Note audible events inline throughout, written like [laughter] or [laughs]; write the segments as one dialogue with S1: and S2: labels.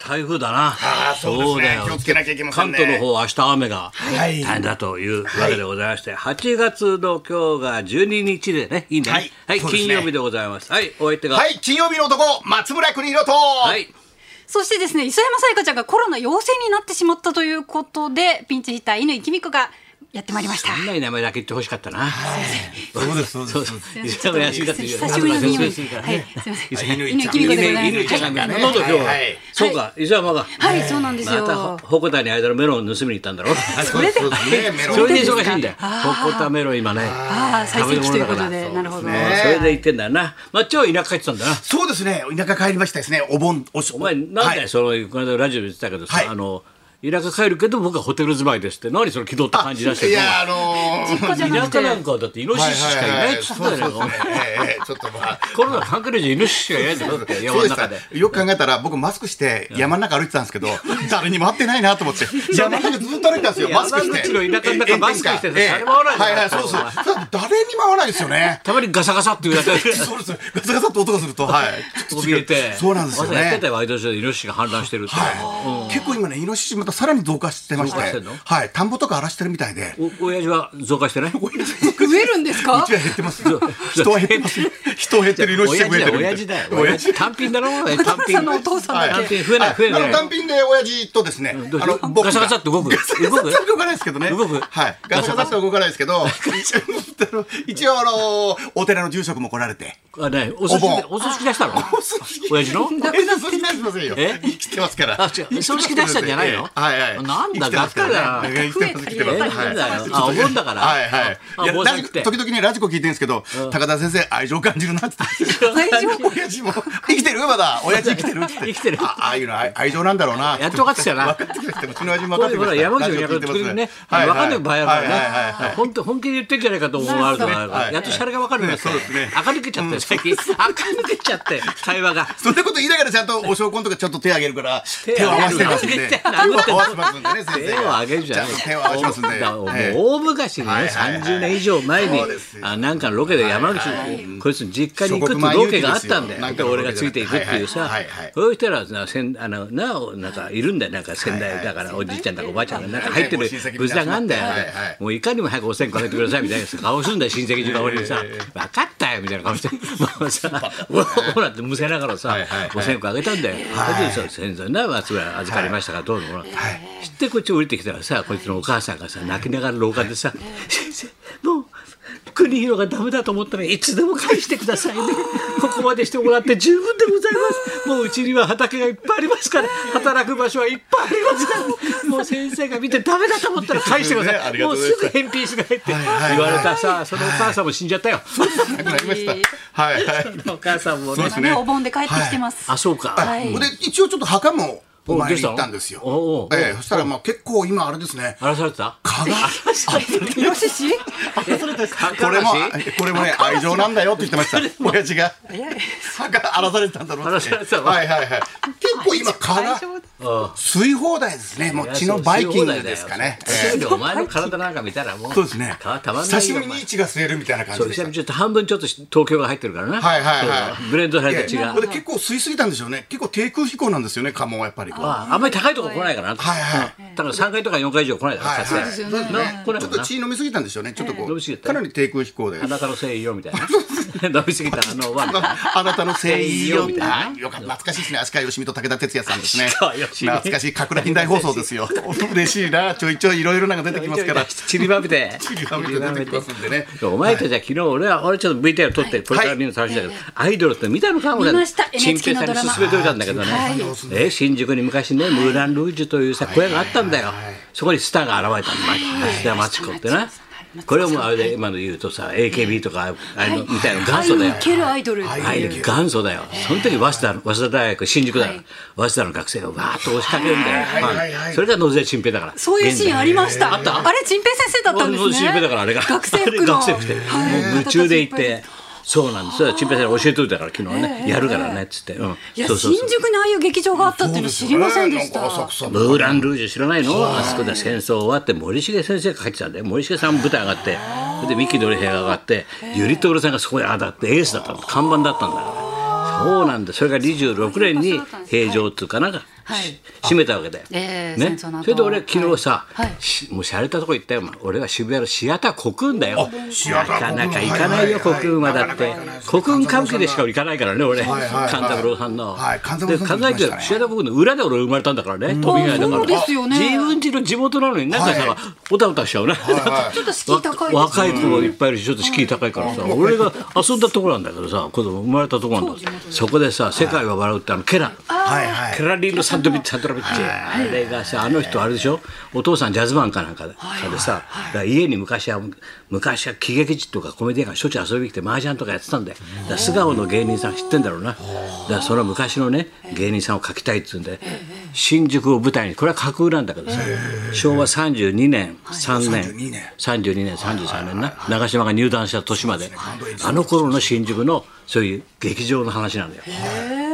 S1: 台風だな。
S2: あーそうですね気をつけなきゃいけませんね
S1: 関東の方、明日雨が
S2: い
S1: 大変だというわけでございまして、8月の今日が12日でね、いいんだね。は、
S2: はいいそうです
S1: 金
S2: ね
S1: 曜日でございます。はい、お相手が。
S2: はい、金曜日の男、松村邦洋と、
S1: はい。
S3: そしてですね、磯山さやかちゃんがコロナ陽性になってしまったということで、ピンチヒッター乾きみこがやってまいりました
S1: そ。んなに名前だけ言ってほしかったな。
S4: そうです、そうです。そうです
S1: 磯山康勝という
S3: 久しぶりの匂い。は
S1: 説明
S3: い、す
S1: す
S3: み
S1: るから
S3: ま
S1: ね
S3: せん。
S4: はい
S3: 乾きみこでござ
S1: 乾
S3: いま
S1: ち
S3: す。
S1: ゃんが
S2: はい
S1: 喉今日は
S2: はいはい
S1: そうか、磯山が。
S3: はい、そうなんです
S1: またほ
S3: よ。
S1: 鉾田に間のメロンを盗みに行ったんだろ
S2: [laughs]
S4: そうですそうです
S2: ね、メロン
S1: それで
S3: そう
S1: 忙
S3: で
S1: し
S3: すか
S1: いんだよ鉾田メロン今ね
S3: ああ、最盛期ということ
S1: 食べ
S3: で、
S1: 物
S3: なるほど。
S1: だからそれで行ってんだよなまあ超田舎帰ってたんだな
S2: そうですね、田舎帰りましたですね、お盆、おし
S1: お前なんだよ、
S2: はい
S1: そのこの間ラジオで言ってたけどさ、
S2: はい
S1: あの田舎帰るけど僕はホテル住まいですって何それ気取った感じ出して
S2: い
S1: る
S2: や、あのー、
S3: 実家じゃな
S1: 田
S3: くて
S1: 舎なんかはだってイノシシしかいないっつってたよ、
S2: そうですねええちょっとまあ。
S1: コロナ関係ないじゃんイノシシしかいないんだよだって山
S2: そ
S1: の
S2: うでし
S1: 中
S2: た
S1: で。
S2: よく考えたら僕マスクして山の中歩いてたんですけど誰にも会ってないなと思って山の中ずっと歩いてたんですよマスクして
S1: 山口の田舎の中マスクしてて
S2: ええ
S1: 誰も会わないじゃん
S2: はいはいそうですだって誰にも会わないですよね
S1: たまにガサガサって言うだけで
S2: そうですガサガサって音がするとはい
S1: 怯えて
S2: そうなんですよ
S1: 朝やって
S2: ね
S1: たよワイドショーでイノシシが氾濫してるって、
S2: はい、結構今ねイノシシまたさらに増加してまして
S1: 増加してんの
S2: はい、田んぼとか荒らしてるみたいで
S1: [laughs] お親父は増加してない
S3: 増えるんです
S2: う
S3: か
S2: ちは減ってます人は減ってます人は減ってるイノシシ
S1: 親
S2: は増
S1: 父だよ
S2: えてるみたい
S1: 親父だよ
S2: 親
S1: 親
S2: 父
S1: 父単品だろ単
S3: お父さんのお
S1: 品
S3: 父さんだ
S2: は
S3: け。
S2: い
S1: 単品増えない増えない
S2: あの単品で親父とですねあ
S1: どう
S2: の僕が
S1: ガサガサって動く
S2: ガサガサって動かないですけどね
S1: 動く
S2: はいガサガサって動かないですけど一応一応あのお寺の住職も来られて
S1: あねお寿司
S2: お盆
S1: お寿司出したの親父
S2: [laughs]
S1: の
S2: なくなってきませんよ
S1: え
S2: 生きてますから
S1: あ違う葬式出したんじゃないの
S2: ええはいはい
S1: なんだ
S2: 生きてますから
S1: がっかり
S2: 生きてます生きてます
S1: え
S2: は
S1: え
S2: い
S1: なんだよあお盆だから
S2: はいは
S1: あ
S2: い。いや
S1: 坊主
S2: ラジ
S1: 来て
S2: 時々ねラジコ聞いてるんですけど、高田先生愛情感じるなって言って。
S3: 大丈夫。
S2: 親父も生きてるまだ親父生きてるって
S1: [laughs] 生きてる
S2: あああいうの愛愛情なんだろうな
S1: やっと分かってきたな
S2: 分かってきたうちの親父も
S1: こ
S2: 分
S1: れ
S2: か
S1: ほら
S2: ってきた
S1: 山口の役の作りにね、分かんない場合あるからね、本当本気で言ってんじゃないかと思われるから、
S2: はい
S1: やっとシャレが分かるんですよ、
S2: そうですね
S1: 垢抜けちゃって、最近垢抜けちゃって会話
S2: [laughs]
S1: が。
S2: そんなこと言いながらちゃんとお証拠のとかちょっと手を挙げるから手を合わせてますんで
S1: 手
S2: 手
S1: を挙
S2: を
S1: げて
S2: 合わせますんでね先生
S1: 手を挙げるじゃ
S2: ち
S1: ない
S2: んと手を合わせますんで
S1: もう
S2: ええ
S1: 大昔にね、
S2: はいはいはい
S1: 30年以上前に
S2: そうですよ
S1: あなんかのロケで山口、
S2: はいはい
S1: こいつの実家に行くってロケがあったんだよ
S2: 諸国前遊記ですよ
S1: で俺がついていくっていうさ、
S2: はいはいはい
S1: そうしたらなせんあのなおなんかいるんだよなんか先代だからおじいちゃんだかおばあちゃんだかなんか入ってる
S2: はいはい
S1: 仏壇があんだよ、
S2: はいはい
S1: もういかにも早くお線香あげてくださいみたいな顔するんだよ親戚中が俺にさ、分かったよみたいな
S2: [laughs]
S1: 顔してもうさほらってむせながらさ、
S2: はいはいはい
S1: お線香あげたんだよ、それでさ先代な松村預かりましたからどうのこうの、知ってこっち降りてきたらさこいつのお母さんがさ泣きながら廊下でさ「先生もう国広がダメだと思ったらいつでも返してくださいねここまでしてもらって十分でございますもううちには畑がいっぱいありますから働く場所はいっぱいありますからもう先生が見てダメだと思ったら返してくださいもうすぐ返品してください」って言われたさそのお母さんも死んじゃったよ
S2: 亡くなりましたはいはい
S1: お母さんも
S2: そ
S1: ね
S2: うです
S3: ね
S2: ね
S3: お盆で帰ってきてます。
S1: あそうか
S3: はい
S2: で一応ちょっと墓もお参
S1: おどうし
S2: り
S1: た
S2: 行
S1: の
S2: ったんですよ
S1: おうおう
S2: ええそしたらまあ結構今あれですね
S1: 荒らされてた
S2: 蚊が
S3: イノシシ？
S2: これも
S1: 高橋
S2: これもね愛情なんだよって言ってました親父が墓荒らされてたんだろう
S1: 荒ら
S2: って
S1: されてたわ
S2: はいはいはい結構今蚊が吸い放題ですねもう血のバイキングですかねええ
S1: そうお前の体なんか見たらもう
S2: そうで
S1: [laughs]
S2: すね。
S1: 皮たまんないよ
S2: 久しぶりに血が吸えるみたいな感
S1: そ
S2: じ
S1: う久
S2: でし
S1: 々に
S2: た。
S1: ちょっと半分ちょっと東京が入ってるからな
S2: はいはいは
S1: そう
S2: い。
S1: ブレンドされた血が
S2: いやで結構吸いすぎたんでしょうね。結構低空飛行なんですよね、カモはやっぱり。は
S1: ああんまり高いとこ来ないからな
S2: はいはい
S1: うんだから3階とか4階以上来ないだろ
S2: い
S1: さす
S2: は
S1: が
S2: い。
S1: に
S2: ち
S1: な来ないも
S2: ょっ
S1: ん
S2: と
S1: な
S2: 血飲みすぎたんでしょうね。ちょっとこ
S1: 飲みすぎ
S2: う
S1: た
S2: か
S1: ね
S2: なり低空飛行で。
S1: 裸の声優み
S2: [laughs]
S1: たいな飲みすぎたらあのは
S2: あなたの誠意よ
S1: 誠意よみ
S2: み
S1: た
S2: た
S1: い
S2: い
S1: な
S2: な。よかった懐かしいですね。足利義美と武田鉄矢さ
S1: [laughs]
S2: んですね。
S1: 足利義美
S2: 懐かしい拡大近代放送ですよ。嬉しいな。ちょいちょいいろいろなんか出てきま
S1: [laughs]
S2: すから。
S1: ちりばめて
S2: ちりばめて出てきますんでね。
S1: お前たちは昨日俺は俺ちょっと VTR 撮ってこれから見るの楽しみだけどアイドルって見たのか俺
S3: 見ました
S1: 陳平さんに
S3: NHK のドラマ
S1: 勧めといたんだけどね
S3: はい
S1: え新宿に昔ねムーラン・ルージュというさ小屋があったんだよそこにスターが現れたの松田真知子ってなこれはもうあれで今の言うとさ AKB とかあれのみたいな元祖だよ
S3: いけるアイドル。
S1: あれ元祖だよ、その時早稲田の早稲田大学新宿だから、早稲田の学生がわーっと押しかけるんだよ、
S2: はいはい
S1: は
S2: はいい
S1: それが野添新平だから
S3: そういうシーンありました。
S1: あった
S3: あれ、陳平先生だったんです
S1: 野
S3: ね。
S1: 添新平だからあれが
S3: 学生
S1: あれ
S3: 服の。
S1: [laughs] 学生服でもう夢中で行ってそうなんですよ陳平さんに教えといたから昨日ね、やるからねっつって、うん、
S3: いや、
S1: そうそう
S3: 新
S1: そう
S3: 宿にああいう劇場があったっていうの知りませんでした。
S2: なんか浅草
S1: ブ
S2: の
S1: ーラン・ルージュ知らないのあそこで戦争終わって森重先生が帰ってたんだよ森重さん舞台上がってそれで三木ドリ平が上がってゆりとおるさんがそこに当たってエースだったの看板だったんだからそうなんだそれが26年に平城っていうかなんか
S3: はい
S1: 閉めたわけだよ。
S3: ええ
S1: ね、
S3: 戦争の後
S1: それで俺昨日さ、
S3: はいはい
S1: しもう洒落たとこ行ったよ俺は渋谷のシアターコクーンだよ
S2: あシアターコクーン
S1: なかなか行かないよ、
S2: はいはいはい
S1: コクーンはだって、
S2: なかなか行かないです
S1: コクーン歌舞伎でしか俺行かないからね俺、
S2: はいはいはい
S1: 勘三郎さんの、
S2: はい勘三
S1: で
S2: 郎
S1: 考
S2: さんと行
S1: えて
S2: きましたね
S1: たらシアターコクーンの裏で俺生まれたんだからね飛び以外だ
S3: そ
S1: か
S3: う
S1: ら
S3: ですよね
S1: 自分ちの地元なのになんかさ、
S2: はい
S1: おたおたしちゃうね、
S2: は
S3: ちょっと敷居高いですね
S1: 若い子がいっぱいいるしちょっと敷居高いからさ、俺が遊んだところなんだけどさ子供生まれたところなんだけどそこでさ「世界は笑う」ってあのケラ
S2: はいは
S1: ケ
S2: い。
S1: ラリーのサンドビッチサンドラビッチ、あれがさあの人あれでしょお父さんジャズマンかなんかで,、さ、だから家に昔は昔は喜劇地とかコメディアンがしょっちゅう遊びに来て麻雀とかやってたんでだから素顔の芸人さん知ってんだろうなだからその昔のね芸人さんを描きたいっつうんで新宿を舞台にこれは架空なんだけどさ昭和32年3年
S2: 32年
S1: 32年33年な長嶋が入団した年まであの頃の新宿のそういう劇場の話なんだよ。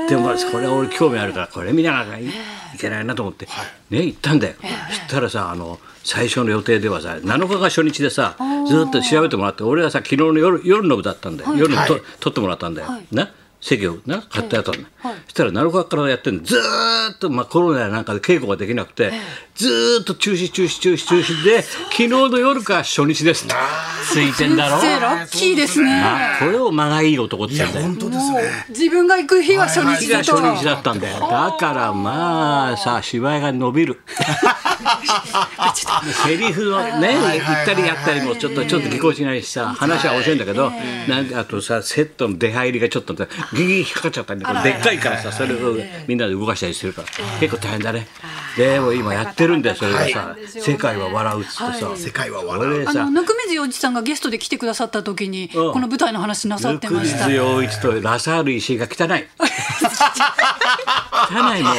S1: でもまあこれは俺興味あるからこれ見ながらいいけないなと思って、ね行ったんだよ、そしたらさあの最初の予定ではさ7日が初日でさずっと調べてもらって俺はさ昨日の夜夜の部だったんだよ、夜のと、撮ってもらったんだよ、な席をな買ってやったんだよ、そしたら7日からやってんのずーっと、まあ、コロナやなんかで稽古ができなくて、ずーっと中止中止中止中止で昨日の夜から初日ですってついてんだろ
S3: せラッキーですね
S1: あこれを間がいい男って
S2: い
S1: 言
S2: や、
S1: うんだよ
S2: 本当ですね。
S3: 自分が行く日は初
S1: 日
S3: 日
S1: が
S3: だ
S1: 初
S3: と
S1: 日だったんだよだからまあさ芝居が伸びる [laughs] セリフをね言ったりやったりもちょっとちょっとぎこちないしさ話は面白いんだけどなんかあとさセットの出入りがちょっとギギ引っかかっちゃったんだけどでっかいからさそれをみんなで動かしたりするから結構大変だねでも今やってるんだよそれがさ「世界は笑う」っつってさ
S2: 世界は笑う。
S1: 俺
S3: あ
S1: さ
S3: の温水洋一さんがゲストで来てくださった時にこの舞台の話なさってまし
S1: 温
S3: た
S1: 水洋一とラサール石井が汚 [laughs] い。汚いの。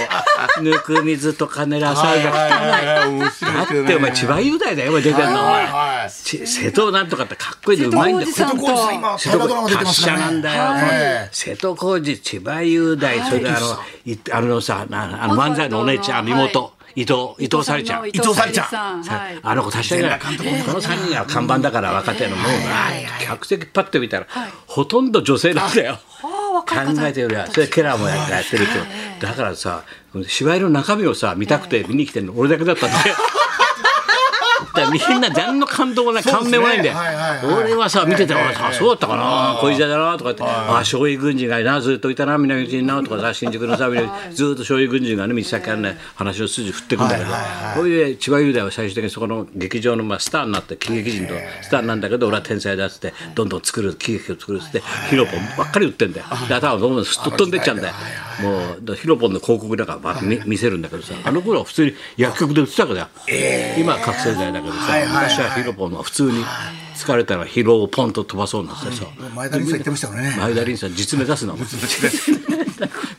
S1: ぬくみずとかねラサールが汚い。
S2: はいはいはい、面白い
S1: だ
S2: ですよ
S1: ってお前千葉雄大だよお前出てんのお
S2: はい
S1: 前。
S2: はい。
S1: ち瀬戸なんとかってかっこいいのうまいんだよ。
S3: 瀬戸康史さん
S2: 今、
S1: 瀬
S2: 瀬
S1: 戸
S2: 戸ドラマ出てます
S1: 達
S2: か
S1: 者
S2: ら
S1: なん
S2: ね。
S1: だ
S2: は
S1: よ
S2: い。
S1: 瀬戸康史、千葉雄大、それであの、いあのさ、なあの漫才のお姉ちゃん、
S3: はい
S1: 妹、伊藤、伊藤沙莉ちゃん。
S2: 藤沙莉ちゃん
S3: んはい
S1: あの子達者じゃない。この3人が看板だから若手のもうな客席パッと見たらほとんど女性なんだよ。考えてよりはそれケラーもやってるけどだからさ芝居の中身をさ見たくて見に来てるの俺だけだ [laughs] ったんだよ。だからみんな何の感動もない
S2: そう
S1: 感
S2: です
S1: 銘
S2: ね
S1: もないんだよ
S2: はいはいはい
S1: 俺はさ見てて
S2: ええ
S1: あそうだったかな小石だなとかってああ少尉軍人がいなずっといたな南口になとかさ新宿のさみずっと少尉軍人がね道先からね話の筋振ってくんだけどそれで千葉雄大は最終的にそこの劇場のまあスターになって喜劇人のスターなんだけど俺は天才だっつってどんどん作る喜劇を作るっつってヒロポンばっかり売ってんだよで頭がどんどんすっと飛んでっちゃうんだよもうだヒロポンの広告なんかば見見せるんだけどさあの頃は普通に薬局で売ってたからよ今は覚醒剤だけどさ昔はヒロポンは普通に疲れたら疲労をポンと飛ばそうになってさ
S2: 前田凛さん言ってましたよね。
S1: 前田凛さん実目指すなお前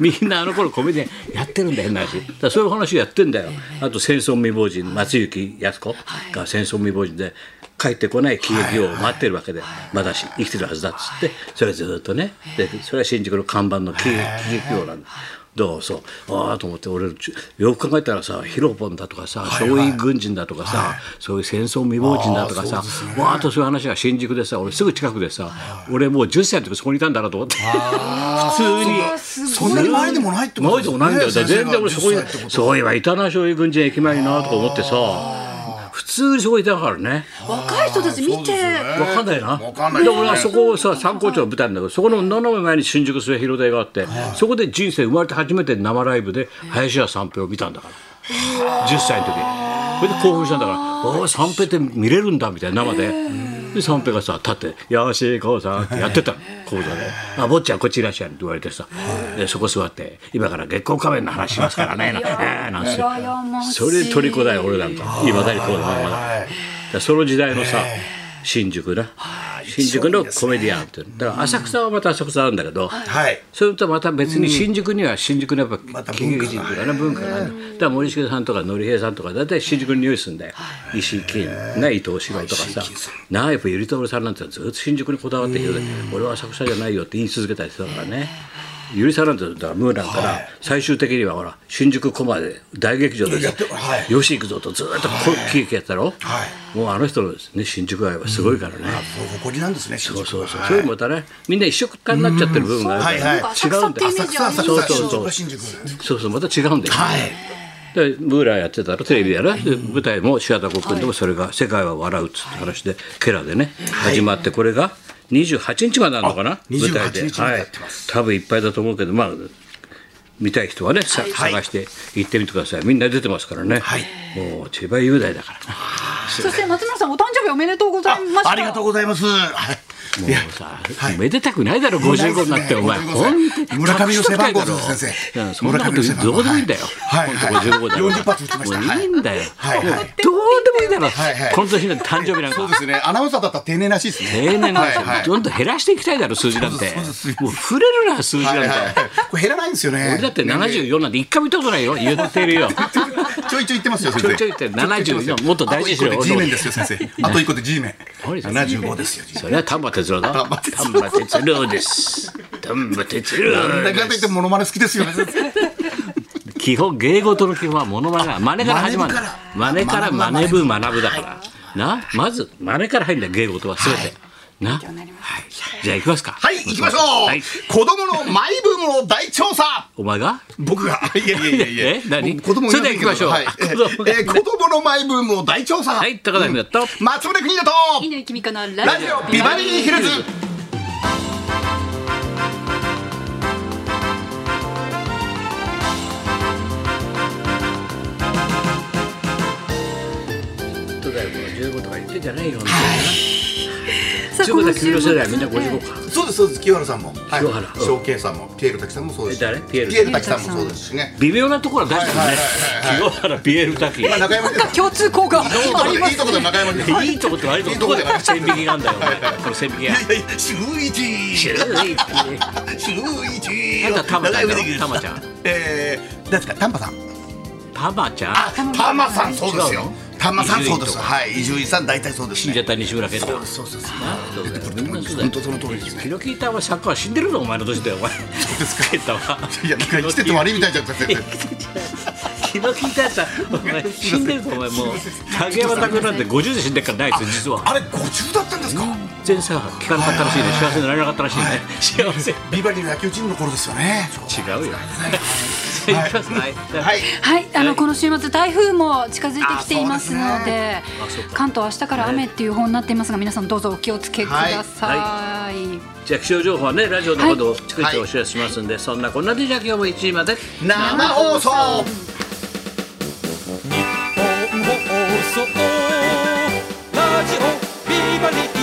S1: みんなあの頃コメディアンやってるんだよ変な話だからそういう話やってんだよあと戦争未亡人松雪靖子が戦争未亡人で帰ってこない喜劇を待ってるわけでまだし生きてるはずだっつってそれずっとねでそれは新宿の看板の喜劇王なんだだからそうああと思って俺ちゅよく考えたらさヒロポンだとかさ少尉軍人だとかさ、そういう戦争未亡人だとかさわーっとそういう話が新宿でさ俺すぐ近くでさ俺もう10歳の時そこにいたんだなと思って普通に
S2: そんなに前でもないってこと
S1: 前
S2: です
S1: で
S2: よ
S1: も
S2: ね
S1: ないんだよ全
S2: 先生が
S1: 然俺そこに
S2: 10歳ってこと
S1: そういえばいたな少尉軍人駅前になとか思ってさ普通にそこいたからね
S3: 若い人たち見て
S1: わかんないな。
S2: わかんない
S1: で俺はそこをさ参考庁の舞台なんだけど、そこの斜め前に新宿末広亭があって、そこで人生生まれて初めて生ライブで林家三平を見たんだから。10歳の時。それで興奮したんだから、ああ三平って見れるんだみたいな生で。で三平がさ立って「よーしこうさん」ってやってたの講座で「あ坊ちゃんこっちいらっしゃい」って言われてさでそこ座って「今から月光仮面の話しますからね」なんてえーなんつって
S3: 羨ましい
S1: それで虜だよ俺なんかいまだにこうだまだまだ。
S2: はい。
S1: だからその時代のさ新宿な新宿のコメディアンってだから浅草はまた浅草なんだけど、
S2: はい。
S1: それとまた別に新宿には新宿のやっぱ
S2: また
S1: 喜
S2: 文
S1: 劇
S2: 化
S1: 人
S2: が
S1: とかね文化があるだから森重さんとか典平さんとか大体新宿に匂いするんだよ石井金ね伊藤四郎とかさなあやっぱゆりとおるさんなんてずっと新宿にこだわってきて俺は浅草じゃないよって言い続けたりしてたからね許さなんてだからムーランから、最終的にはほら新宿コマで大劇場で
S2: やってはい
S1: よし行くぞとずーっとこうキーキーやったろ、もうあの人のですね新宿愛はすごいからね、
S2: そう誇りなんですねそ
S1: そうそうそう、それもまたねみんな一色化になっちゃってる部分があるから、
S2: はいはい
S3: なんか浅草ってイメージあります
S1: そう
S3: よ
S1: そうそう
S2: 新宿新宿
S1: そうそうまた違うんだよ、
S2: はい
S1: でムーランやってたらテレビでやら、で舞台もシアターコックンでもそれが「世界は笑う」っつって話で、ケラでね始まってこれが28日まであるのかな
S2: あ
S1: 舞台で、
S2: 28日までやって
S1: 多分いっぱいだと思うけどまあ見たい人はね、さ探して行ってみてくださいみんな出てますからね、
S2: はい
S1: もう千葉雄大だから
S3: そして松村さんお誕生日おめでとうございました。
S2: ありがとうございますはいいや
S1: もうさ、
S2: はい
S1: めでたくないだろ55になってお前
S2: 55
S1: ほんと
S2: 村上の
S1: 隠しと
S2: 背番号
S1: きたいだろ
S2: 先生
S1: そんなこと
S2: 村上の背番
S1: ど
S2: 号
S1: うでもいいんだよ
S2: はい
S1: 本当55だろ
S2: はい40発打ちました
S1: もういいんだよ
S2: はいはい
S1: もうどうでもいいだろ
S2: はいはい
S1: この年の誕生日なん
S2: そう
S1: か
S2: ですねアナウンサーだったら丁寧らしいですね
S1: 定年
S2: はいは
S1: が
S2: い
S1: どんどん減らしていきたいだろ数字なんて
S2: そうですそうです
S1: もう触れるな数字なん
S2: はい
S1: て
S2: はいこれ減らないんですよね
S1: 俺だって74なんて一回も見たことないよ言って
S2: [laughs]
S1: るよ
S2: ちょいちょい言ってますよ先
S1: ちょ
S2: 生
S1: いちょい言って74もっと大事にしろよ
S2: あと一個で G メンですよ先生あと一個で G メン
S1: 何それ
S2: 75ですよ G メン
S1: それは丹波哲郎だ
S2: 丹波哲郎
S1: 丹波哲郎です丹波哲
S2: なん
S1: 郎
S2: だかといってモノマネ好きで
S1: [laughs]
S2: すよね先生
S1: 基本芸事の基本はモノマネが真似から始まるんだ真
S2: 真
S1: 似
S2: 似
S1: か
S2: からら
S1: 真似ぶ学ぶだから、なまず真似から入るんだよ芸事は全て、なはいじゃあ行きますか
S2: はい行きましょう、
S1: はい
S2: 子供のマイブームを大調査
S1: お前が
S2: 僕がいやいやいやいや
S1: え何
S2: 僕子供い
S1: それで
S2: な
S1: はい行きまし
S2: けど
S1: ょう
S2: はい、えーえー子供のマイブームを大調査
S1: はい高田君だった、
S2: 松村邦だと
S3: 犬井君香のラジオ
S2: ラジオビバリーヒルズ
S1: とだよもう15とか言ってんじゃないよ、は
S3: さあ
S1: 15代君の世代み
S3: 今週末
S1: んな55か
S2: そうですそうです清原さんも、はい、
S1: 清原うん
S2: 翔慶さんもピエール滝さんもそうですし
S1: え誰ピエール
S2: ピエール滝さんもそうですしね
S1: 微妙なところは出してるね、清原ピエール滝
S2: まあ中山です
S3: なんか共通項があ
S2: いいとこ
S3: り
S2: で
S3: ま
S2: いい
S3: す
S2: とこで中山です
S1: いいとこと悪いとこ
S2: いいとこ
S1: で
S2: じゃない
S1: 線引きなんだよ、この線引きが。
S2: いやいやシューイチ
S1: シューイチ
S2: シューイチ
S1: あんたタマちゃんだろタマちゃん
S2: えー、なんですかタンパさん
S1: タマちゃん、
S2: あタマさんそうです
S1: 違う
S2: よ
S1: の
S2: タマさん
S1: 伊集院
S2: そう
S1: と
S2: ですはい伊集院さん大体そうです
S1: 新
S2: ね
S1: 潟西村健太。
S2: そうそうそう
S1: なそうだよみんなそうだよ
S2: 本当その通りですね
S1: ピノキータはサッカーは死んでるぞお前の年だよお前そうですか健太はい
S2: やなんか生きてて悪いみたいじゃ
S1: [laughs]
S2: ん先生
S1: ピノキータさお前死んでるぞお前もう竹山拓郎なんて50で死んでるからないですよ実は
S2: あれ50だったんですか
S1: 全然さ聞かなかったらしいね幸せになれなかったらしいね幸せ違
S2: ビバリーの野球チームの頃ですよね
S1: うよはいきますね
S2: はい
S3: はい、あ
S1: はい
S3: のこの週末台風も近づいてきています
S2: あ
S3: の
S2: そうです
S3: で
S1: そっ、か
S3: 関東明日から雨っていう予報になっていますが、皆さんどうぞお気をつけください。
S1: じゃあ気象情報はねラジオのことを逐一お知らせしますんでそんなこんなでじゃあ今日も1時まで
S2: 生放送
S5: 日本放送ラジオビバリー